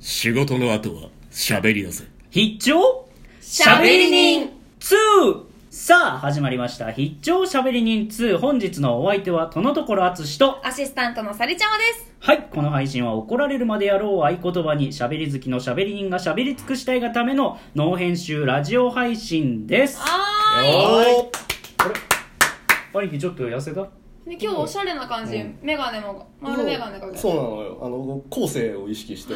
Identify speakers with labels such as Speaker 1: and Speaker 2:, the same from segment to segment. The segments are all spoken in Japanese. Speaker 1: 仕事の後は喋り出せ。
Speaker 2: 必聴し
Speaker 3: ゃべり人
Speaker 2: 2! さあ、始まりました。必聴しゃべり人2。本日のお相手は、とのところあつしと。
Speaker 3: アシスタントのさりちゃまです。
Speaker 2: はい、この配信は怒られるまでやろうを合言葉に、しゃべり好きのしゃべり人がしゃべり尽くしたいがための、ノー編集ラジオ配信です。
Speaker 3: は
Speaker 1: お
Speaker 2: 兄貴、ちょっと痩せた
Speaker 3: ーい。ね今日おしゃれな感じ。メガネも、丸メガネかけ
Speaker 4: そ
Speaker 3: て。
Speaker 4: うなのよあの後世を意識して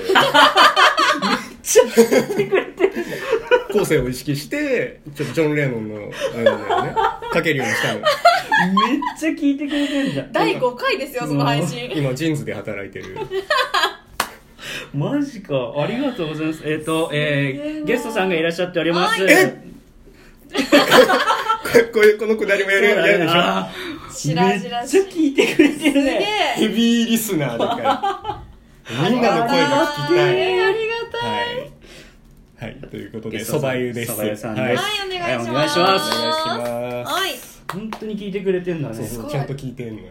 Speaker 4: 後世を意識してちょっとジョン・レノンのあれねかけるようにしたの
Speaker 2: めっちゃ聞いてくれてんじゃん。
Speaker 3: 第5回ですよ、その配 信。
Speaker 4: 今ジーンズで働いてる
Speaker 2: マジか。ありがとうございます。えっ、と、えー、ゲストさんがいらっしゃっております。
Speaker 4: えこれこのくだりもやるやるでしょ
Speaker 2: あ
Speaker 3: し
Speaker 2: ー
Speaker 3: らじらしい。
Speaker 2: めっちゃ聞いてくれてる
Speaker 3: すげ
Speaker 2: ね。
Speaker 4: ヘ
Speaker 3: え。
Speaker 4: ビーリスナーだからみんなの声が聞きたい
Speaker 3: えー、ありがたい。
Speaker 4: はい、はい、ということで
Speaker 2: ゲス
Speaker 4: そ
Speaker 2: トさん
Speaker 4: ば湯です
Speaker 2: 蕎麦湯さん
Speaker 4: はいお
Speaker 2: です
Speaker 3: はい、お願いします。
Speaker 4: 願いします
Speaker 3: はい。
Speaker 2: 本当に聞いてくれてんだね
Speaker 4: そうそ
Speaker 3: ご
Speaker 4: う
Speaker 3: い
Speaker 4: ちゃんと聞いてんのよ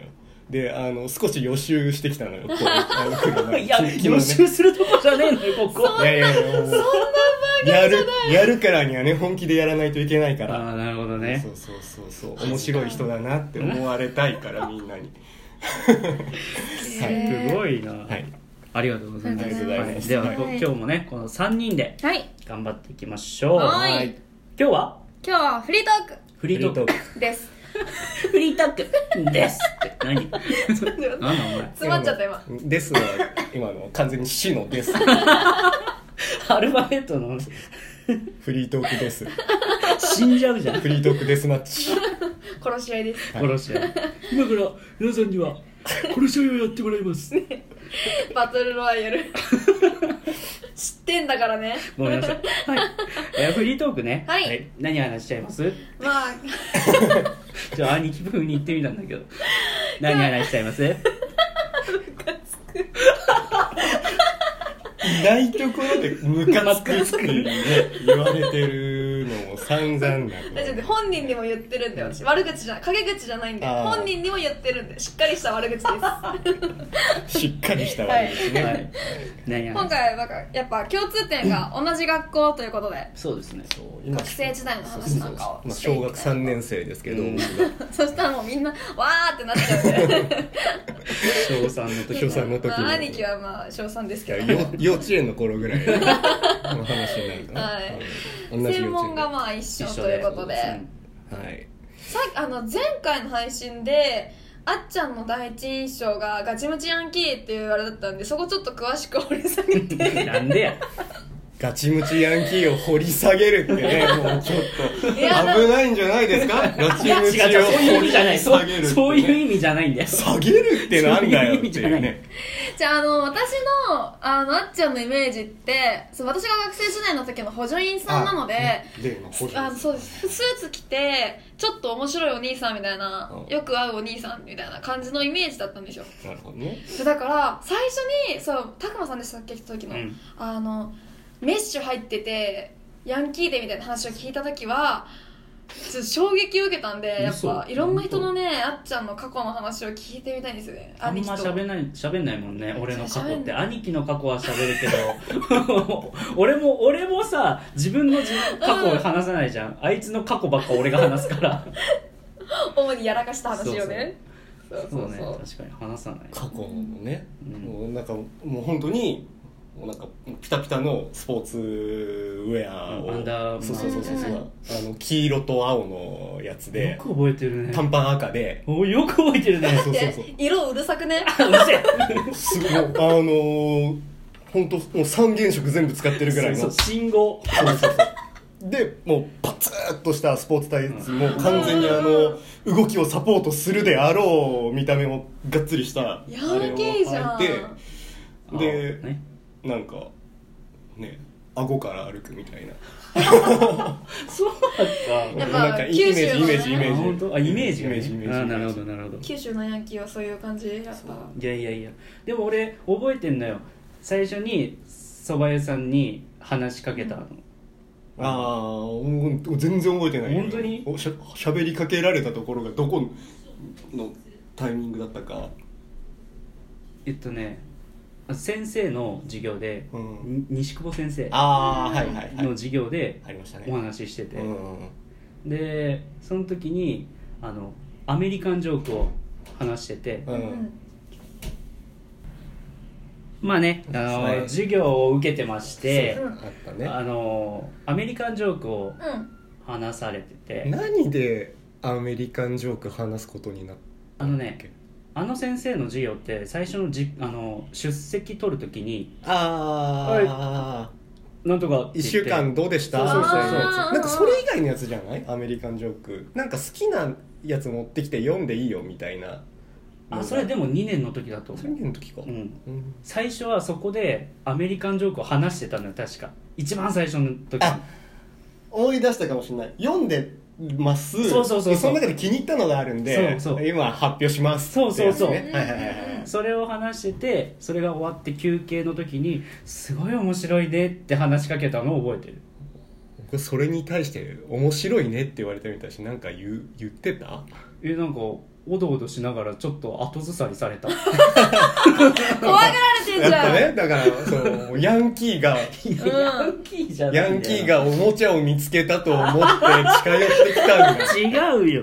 Speaker 4: であの少し予習してきたのよ 今日あの来る前
Speaker 2: いや
Speaker 4: 昨日ね
Speaker 2: 予習するとこじゃねえのよここ
Speaker 4: いやいやいやもうやるやるからにはね本気でやらないといけないか
Speaker 2: あ
Speaker 4: ら
Speaker 2: あなるほどね
Speaker 4: そうそうそうそう面白い人だなって思われたいからみんなにはい、
Speaker 2: すごいな、
Speaker 4: はい、
Speaker 2: ありがとうございます
Speaker 3: ありがとうご
Speaker 4: ざいます
Speaker 2: では、
Speaker 4: はい
Speaker 2: こ今日もねこの3人で
Speaker 3: はい。
Speaker 2: 頑張っていきましょう
Speaker 3: は
Speaker 2: 今
Speaker 3: い
Speaker 2: 日は
Speaker 3: 今日はフリートー
Speaker 2: フリートーク
Speaker 3: クです。
Speaker 2: フリートークですって何なんだお前
Speaker 3: 詰まっちゃった今。
Speaker 4: 今ですは今の完全に死のです
Speaker 2: アルファベットの
Speaker 4: フリートークです
Speaker 2: 死んじゃうじゃん
Speaker 4: フリートークデスマッチ
Speaker 3: 殺し 合いです。
Speaker 2: 殺し合い今から皆さんには殺し合いをやってもらいます
Speaker 3: バトルロワイヤル。 知ってんだからね。
Speaker 2: ごめんなさい、はい えーフリートークね、
Speaker 3: はい
Speaker 2: 何話しちゃいます
Speaker 3: まあ、
Speaker 2: じゃあ兄貴風に言ってみたんだ けど何話しちゃいます
Speaker 4: いないところでムカつくっていうね言われてるのも散々だ
Speaker 3: 大丈夫本人にも言ってるんだよ私悪口じゃ陰口じゃないんで
Speaker 4: あー
Speaker 3: 本人にも言ってるんでしっかりした悪口です
Speaker 4: しっかりしたわけですね、
Speaker 2: はい何話
Speaker 3: 今回なんかやっぱ共通点が同じ学校ということで
Speaker 2: そうですね
Speaker 4: そう今
Speaker 3: 学生時代の話なんかを
Speaker 4: まあ、
Speaker 3: してい
Speaker 4: 小
Speaker 3: き
Speaker 4: 学
Speaker 3: たい
Speaker 4: 3年生ですけど、
Speaker 2: うん
Speaker 3: そしたらもうみんなわーってなっちゃうんで
Speaker 2: 小3の
Speaker 4: 小三の時の
Speaker 3: まあ兄貴はまあ小3ですけど
Speaker 4: よ幼稚園の頃ぐらいの 話になるかな、
Speaker 3: はい
Speaker 4: うん同じ幼稚園で
Speaker 3: 専門がまあ一緒ということで
Speaker 4: はい
Speaker 3: さっきあの前回の配信であっちゃんの第一印象がガチムチヤンキーっていうあれだったんでそこちょっと詳しく掘り下 げて
Speaker 2: なんでや
Speaker 4: ガチムチヤンキーを掘り下げるってねもうちょっと
Speaker 3: いやだ
Speaker 4: 危ないんじゃないですかガチム
Speaker 2: 違う
Speaker 4: チ
Speaker 2: 違うそうい
Speaker 4: を
Speaker 2: う
Speaker 4: 掘
Speaker 2: 意味
Speaker 4: り
Speaker 2: じゃないそ
Speaker 4: 下げるって、
Speaker 2: う
Speaker 4: ね、
Speaker 2: そういう意味じゃないんだよ
Speaker 4: 下げるってなんだよって
Speaker 2: そう
Speaker 4: い
Speaker 2: いう意味じゃな
Speaker 4: う
Speaker 2: い
Speaker 4: ね
Speaker 3: じゃああの私のあのあっちゃんのイメージってそう私が学生時代の時の補助員さんなのであ、
Speaker 4: でまあ掘り
Speaker 3: そうですスーツ着てちょっと面白いお兄さんみたいな
Speaker 4: うん
Speaker 3: よく会うお兄さんみたいな感じのイメージだったんですよ
Speaker 4: なるほどね
Speaker 3: でだから最初にそう拓磨さんでしたっけ来た時の、
Speaker 2: うん
Speaker 3: あのメッシュ入っててヤンキーでみたいな話を聞いた時はちょっと衝撃を受けたんでやっぱ
Speaker 2: 嘘
Speaker 3: いろんな人のねあっちゃんの過去の話を聞いてみたいんですよね
Speaker 2: あん
Speaker 3: 兄貴
Speaker 2: ま
Speaker 3: と
Speaker 2: 喋んない喋んないもんね俺の過去
Speaker 3: 喋
Speaker 2: っ
Speaker 3: ん
Speaker 2: て
Speaker 3: ない
Speaker 2: 兄貴の過去は喋るけど 俺も俺もさ自分の自分過去を話さないじゃん、あいつの過去ばっか俺が話すから
Speaker 3: 主にやらかした話よねそう
Speaker 2: そうね確かに話さない
Speaker 4: 過去のね、
Speaker 2: うん
Speaker 4: もうなんかもう本当にもうなんかピタピタのスポーツウェアを
Speaker 2: うんアンダーマン
Speaker 4: そうそうそうそうそう
Speaker 3: うん
Speaker 4: あの黄色と青のやつ
Speaker 2: よ
Speaker 4: で
Speaker 2: く覚えてるね
Speaker 4: 短パン赤で
Speaker 2: およく覚えてるね
Speaker 4: そ
Speaker 3: で
Speaker 4: うそうそう
Speaker 3: 色うるさくね
Speaker 2: うるせえ
Speaker 4: すごいあのー、本当もう三原色全部使ってるぐらいの
Speaker 2: そうそう信号
Speaker 4: そうそうそうでもうパツーっとしたスポーツタイツもう完全にあの動きをサポートするであろう見た目もがっつりした
Speaker 3: ヤンキーじゃん
Speaker 4: あれを履いてで
Speaker 2: あね
Speaker 4: なんかね顎から歩くみたいな
Speaker 2: そうだっ
Speaker 3: やっぱ
Speaker 4: なんかイメージ
Speaker 3: 九州
Speaker 4: イ
Speaker 3: のね
Speaker 4: メージイメ
Speaker 2: たあ
Speaker 4: ー
Speaker 2: 本
Speaker 4: ジ
Speaker 2: 当あイメージがね
Speaker 4: イメージイメージ
Speaker 2: あなるほどなるほど
Speaker 3: 九州のヤンキーはそういう感じやっぱ
Speaker 2: いやいやいやでも俺覚えてんのよ最初に蕎麦屋さんに話しかけたの、
Speaker 4: ああもう全然覚えてない
Speaker 2: 本当に
Speaker 4: おしゃしゃべりかけられたところがどこのタイミングだったか
Speaker 2: えっとね先生の授業で、
Speaker 4: うん
Speaker 2: に西久保先生
Speaker 4: ああはいはいはい
Speaker 2: の授業で
Speaker 4: ありましたね
Speaker 2: お話ししてて、
Speaker 4: うん
Speaker 2: でその時にあのアメリカンジョークを話してて、
Speaker 4: う
Speaker 3: うん
Speaker 4: ん
Speaker 2: まあねあの、
Speaker 4: はい
Speaker 2: 授業を受けてまして
Speaker 3: う、ん
Speaker 4: あった
Speaker 2: あ
Speaker 4: ね
Speaker 2: のアメリカンジョークを
Speaker 3: うん
Speaker 2: 話されてて
Speaker 4: 何でアメリカンジョーク話すことになった
Speaker 2: あのね
Speaker 4: っけ
Speaker 2: あの先生の授業って最初のじあの出席取る時に
Speaker 4: あ
Speaker 2: 「なんとか」って
Speaker 4: 1
Speaker 2: 言っ
Speaker 4: 週
Speaker 2: て
Speaker 4: 間どうでした
Speaker 2: そうそうそうそう
Speaker 4: みたいなやつなんかそれ以外のやつじゃないアメリカンジョークなんか好きなやつ持ってきて読んでいいよみたいな
Speaker 2: あそれでも2年の時だと思
Speaker 4: 3
Speaker 2: う、
Speaker 4: 年の時か
Speaker 2: うん、
Speaker 4: うん
Speaker 2: 最初はそこでアメリカンジョークを話してたのよ確か一番最初の時
Speaker 4: あ思い出したかもしれない読んでます
Speaker 2: そうそうそうそう
Speaker 4: でその中で気に入ったのがあるんで
Speaker 2: そうそう
Speaker 4: 今発表します
Speaker 2: そうそうそう
Speaker 4: ってやつねはいはいはいはい
Speaker 2: それを話しててそれが終わって休憩の時に「すごい面白いね」って話しかけたのを覚えてる
Speaker 4: 僕それに対して「面白いね」って言われたみたいだしなんか言う言ってた
Speaker 2: えなんかおどおどしながらちょっと後ずさりされた
Speaker 3: 怖がられてん
Speaker 4: やっ
Speaker 3: じゃ
Speaker 4: ぱ
Speaker 3: ん
Speaker 4: ねだからそのヤンキー が
Speaker 2: い やヤンキーじゃない
Speaker 4: ヤンキーがおもちゃを見つけたと思って近寄ってきたんだ
Speaker 2: 違うよ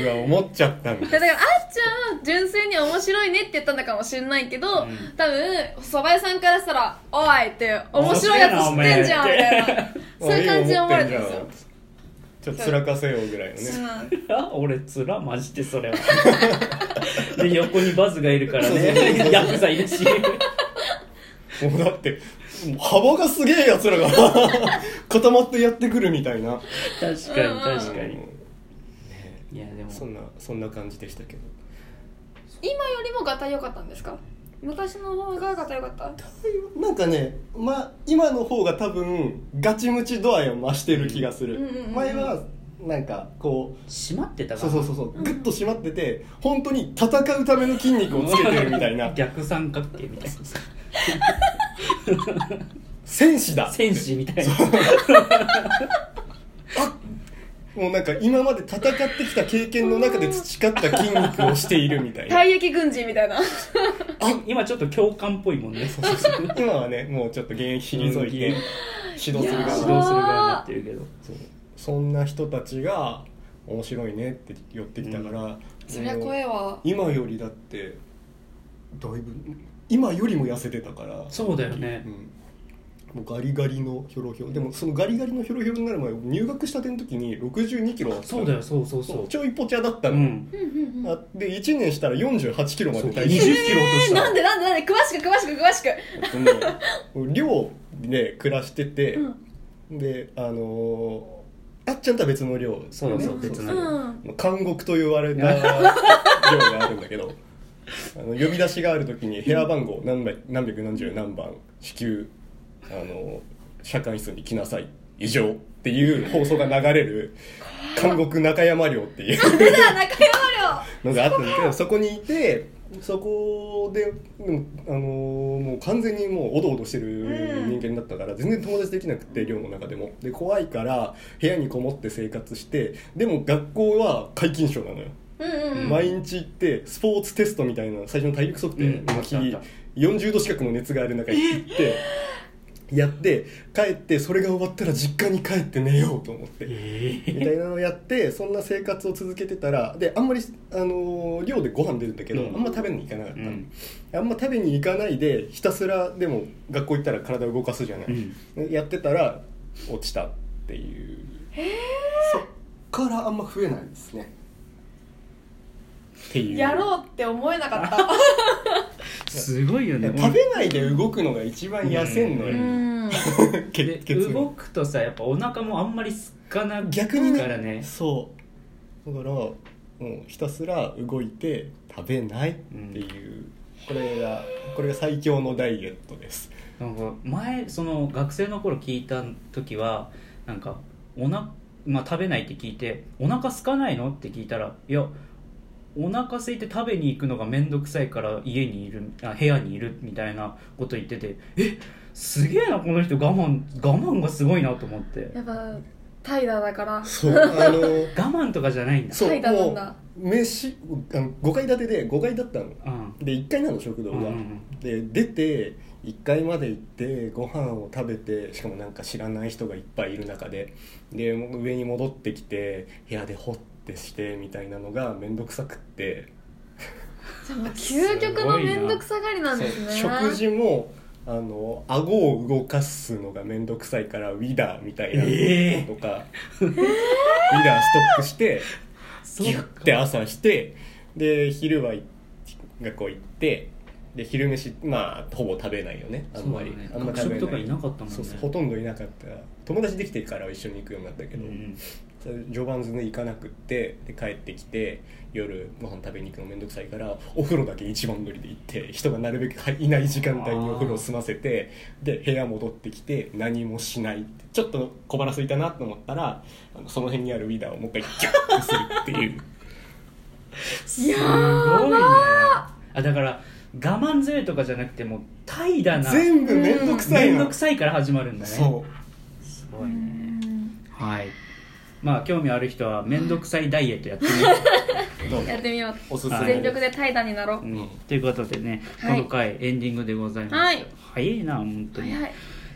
Speaker 4: 僕は思っちゃったん
Speaker 3: いや
Speaker 4: だ
Speaker 3: だからあっちゃんは純粋に面白いねって言ったんだかもしれないけど、
Speaker 2: うん
Speaker 3: 多分蕎麦屋さんからしたら「おい!」って面白いやつ知ってんじゃんみたいな そういう感じで思われてるんですよ
Speaker 4: ちょっとつらかせようぐらいのね
Speaker 2: あ俺つらマジでそれ はで横にバズがいるから
Speaker 4: そうそうそうそ
Speaker 2: ね
Speaker 4: う
Speaker 2: ヤクザいるし
Speaker 4: もうだってもう幅がすげえやつらが 固まってやってくるみたいな
Speaker 2: 確かに確か
Speaker 4: うん
Speaker 2: に
Speaker 4: ね
Speaker 2: いやでも
Speaker 4: そんなそんな感じでしたけど
Speaker 3: 今よりもガタ良かったんですか昔の方がガタ良かった
Speaker 4: なんかね、まあ、今の方が多分ガチムチ度合いを増してる気がする、
Speaker 3: うんうんうんうん
Speaker 4: 前はなんかこう
Speaker 2: 閉まってたか
Speaker 4: そ
Speaker 2: ら
Speaker 4: うそうそうそうグッと締まってて本当に戦うための筋肉をつけてるみたいな
Speaker 2: 逆三角形みたい
Speaker 4: 戦士
Speaker 2: な
Speaker 4: だ
Speaker 2: 戦士みたいな
Speaker 4: もうなんか今まで戦ってきた経験の中で培った筋肉をしているみたいな
Speaker 3: 退役軍人みたいな
Speaker 2: 今ちょっと教官っぽいもんね
Speaker 4: 今はねもうちょっと現役退いて指
Speaker 2: うん
Speaker 4: 導する
Speaker 2: 指導
Speaker 4: 側の
Speaker 2: する側になってるけど
Speaker 4: そうそんな人たちが面白いねって寄ってきたから、
Speaker 3: そりゃ
Speaker 4: もう
Speaker 3: 怖えわ
Speaker 4: 今よりだってだいぶ今よりも痩せてたから
Speaker 2: そうだよね
Speaker 4: うん、もうガリガリのひょろひょろでもそのガリガリのひょろひょろになる前入学したての時に6 2キロあった
Speaker 2: そうだよそうそうそう
Speaker 4: ちょいぽちゃだった
Speaker 2: う
Speaker 4: の、
Speaker 2: ん
Speaker 3: うんうんうん
Speaker 4: あで1年したら4 8キロま
Speaker 2: そ
Speaker 4: で
Speaker 2: う
Speaker 4: 体
Speaker 2: 20
Speaker 4: 重
Speaker 2: キロ落と
Speaker 3: え
Speaker 2: し
Speaker 3: ー、
Speaker 2: た
Speaker 3: なんでなんでなんで詳しく詳しく詳しく
Speaker 4: えっとね寮で暮らしてて、
Speaker 3: うん
Speaker 4: であのーあっちゃんとは別の寮
Speaker 2: そうそう
Speaker 4: ね
Speaker 2: 別
Speaker 3: う
Speaker 2: なの
Speaker 3: ん
Speaker 4: まあ監獄と言われた寮があるんだけどあの呼び出しがある時に部屋番号何百何百何十何番至急あの社会室に来なさい以上っていう放送が流れる監獄中山寮っていう
Speaker 3: それだ仲山
Speaker 4: のがあったんだけどそこにいてそこででも、あのもう完全にもうおどおどしてる人間だったから全然友達できなくて寮の中でもで怖いから部屋にこもって生活してでも学校は皆勤賞なのよ、
Speaker 3: 寮うんうんうん
Speaker 4: 毎日行ってスポーツテストみたいな最初の体力測定
Speaker 2: うん
Speaker 4: の日、
Speaker 2: あったあった
Speaker 4: 40度近くの熱がある中行ってやって帰ってそれが終わったら実家に帰って寝ようと思って。
Speaker 2: え
Speaker 4: みたいなのをやってそんな生活を続けてたらであんまり、あのー寮でご飯出るんだけど、
Speaker 2: うん
Speaker 4: あんま食べに行かなかっ
Speaker 2: う
Speaker 4: た、
Speaker 2: ん
Speaker 4: あんま食べに行かないでひたすらでも学校行ったら体を動かすじゃない、
Speaker 2: うん
Speaker 4: やってたら落ちたっていうそっからあんま増えないですねっていう
Speaker 3: やろうって思えなかっ た
Speaker 2: すごいよ
Speaker 4: い
Speaker 2: ね
Speaker 4: や食べないで動くのが一番痩せんの
Speaker 2: う
Speaker 3: う
Speaker 4: よ、
Speaker 3: ん
Speaker 4: け
Speaker 2: で
Speaker 4: 結論
Speaker 2: 動くとさやっぱお腹もあんまりすかな
Speaker 4: 逆にね
Speaker 2: からね
Speaker 4: そうだからもうひたすら動いて食べないっていう、これがこれが最強のダイエットです
Speaker 2: なんか前その学生の頃聞いた時はなんかおな、まあ、食べないって聞いて「お腹空かないの?」って聞いたら「いやお腹空いて食べに行くのが面倒くさいから家にいるあ部屋にいる」みたいなこと言ってて「えすげえなこの人我慢我慢がすごいな」と思って
Speaker 3: やっぱ怠惰だから
Speaker 4: そうあの
Speaker 2: 我慢とかじゃないんだ
Speaker 4: そう
Speaker 3: 怠惰なん
Speaker 4: も
Speaker 3: だ
Speaker 4: 飯あの5階建てで5階だったの
Speaker 2: うん
Speaker 4: で1階なの食堂が、
Speaker 2: うんうん
Speaker 4: で出て1階まで行ってご飯を食べてしかもなんか知らない人がいっぱいいる中ででもう上に戻ってきて部屋でホッてしてみたいなのが面倒くさくって、
Speaker 3: じゃあもう究極の面倒くさがりなんですね
Speaker 4: 食事もあの顎を動かすのが面倒くさいからウィダーみたいな
Speaker 2: え
Speaker 4: のとか、ウィダーストップして
Speaker 2: そ
Speaker 4: ギュッて朝してで昼は学校行ってで昼飯まあほぼ食べないよねあんまり、
Speaker 2: そうだね
Speaker 4: あんま
Speaker 2: 学食とかいな
Speaker 4: っ
Speaker 2: かったもんね
Speaker 4: そうそうほとんどいなかった友達できてからは一緒に行くようになったけど、
Speaker 2: うん
Speaker 4: それ序盤ずね行かなくってで帰ってきて夜ご飯食べに行くのめんどくさいからお風呂だけ一番乗りで行って人がなるべくはいない時間帯にお風呂を済ませてで部屋戻ってきて何もしないってちょっと小腹空いたなと思ったらあのその辺にあるウィダーをもう一回ギャッとするっていう
Speaker 2: いやーすごいねあだから我慢強いとかじゃなくてもう怠惰な
Speaker 4: 全部めんどくさい
Speaker 2: 面倒
Speaker 4: の
Speaker 2: くさいから始まるんだね
Speaker 4: そう
Speaker 2: す
Speaker 3: う
Speaker 2: ごいね
Speaker 3: ん
Speaker 2: はいまあ興味ある人は面倒くさいダイエットやってみ
Speaker 4: どうも
Speaker 3: やってみよう
Speaker 4: おすすめ
Speaker 3: 全力で怠惰になろう
Speaker 2: る、うん、ということでね、
Speaker 3: はい
Speaker 2: この回エンディングでございます、
Speaker 3: はい
Speaker 2: 早いな本当に
Speaker 3: 早い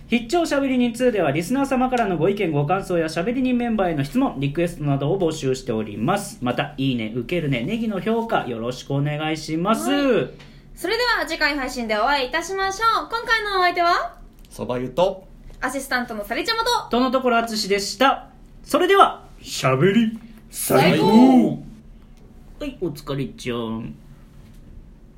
Speaker 2: 必聴しゃべり人2ではリスナー様からのご意見ご感想やしゃべり人メンバーへの質問リクエストなどを募集しておりますまた「いいね」「受けるね」ネギの評価よろしくお願いします、
Speaker 3: はそれでは次回配信でお会いいたしましょう今回のお相手は
Speaker 4: そば湯と
Speaker 3: アシスタントのさりちゃまと
Speaker 2: とのところあつしでしたそれではしゃべり
Speaker 3: 最
Speaker 2: 最高はいお疲れちゃん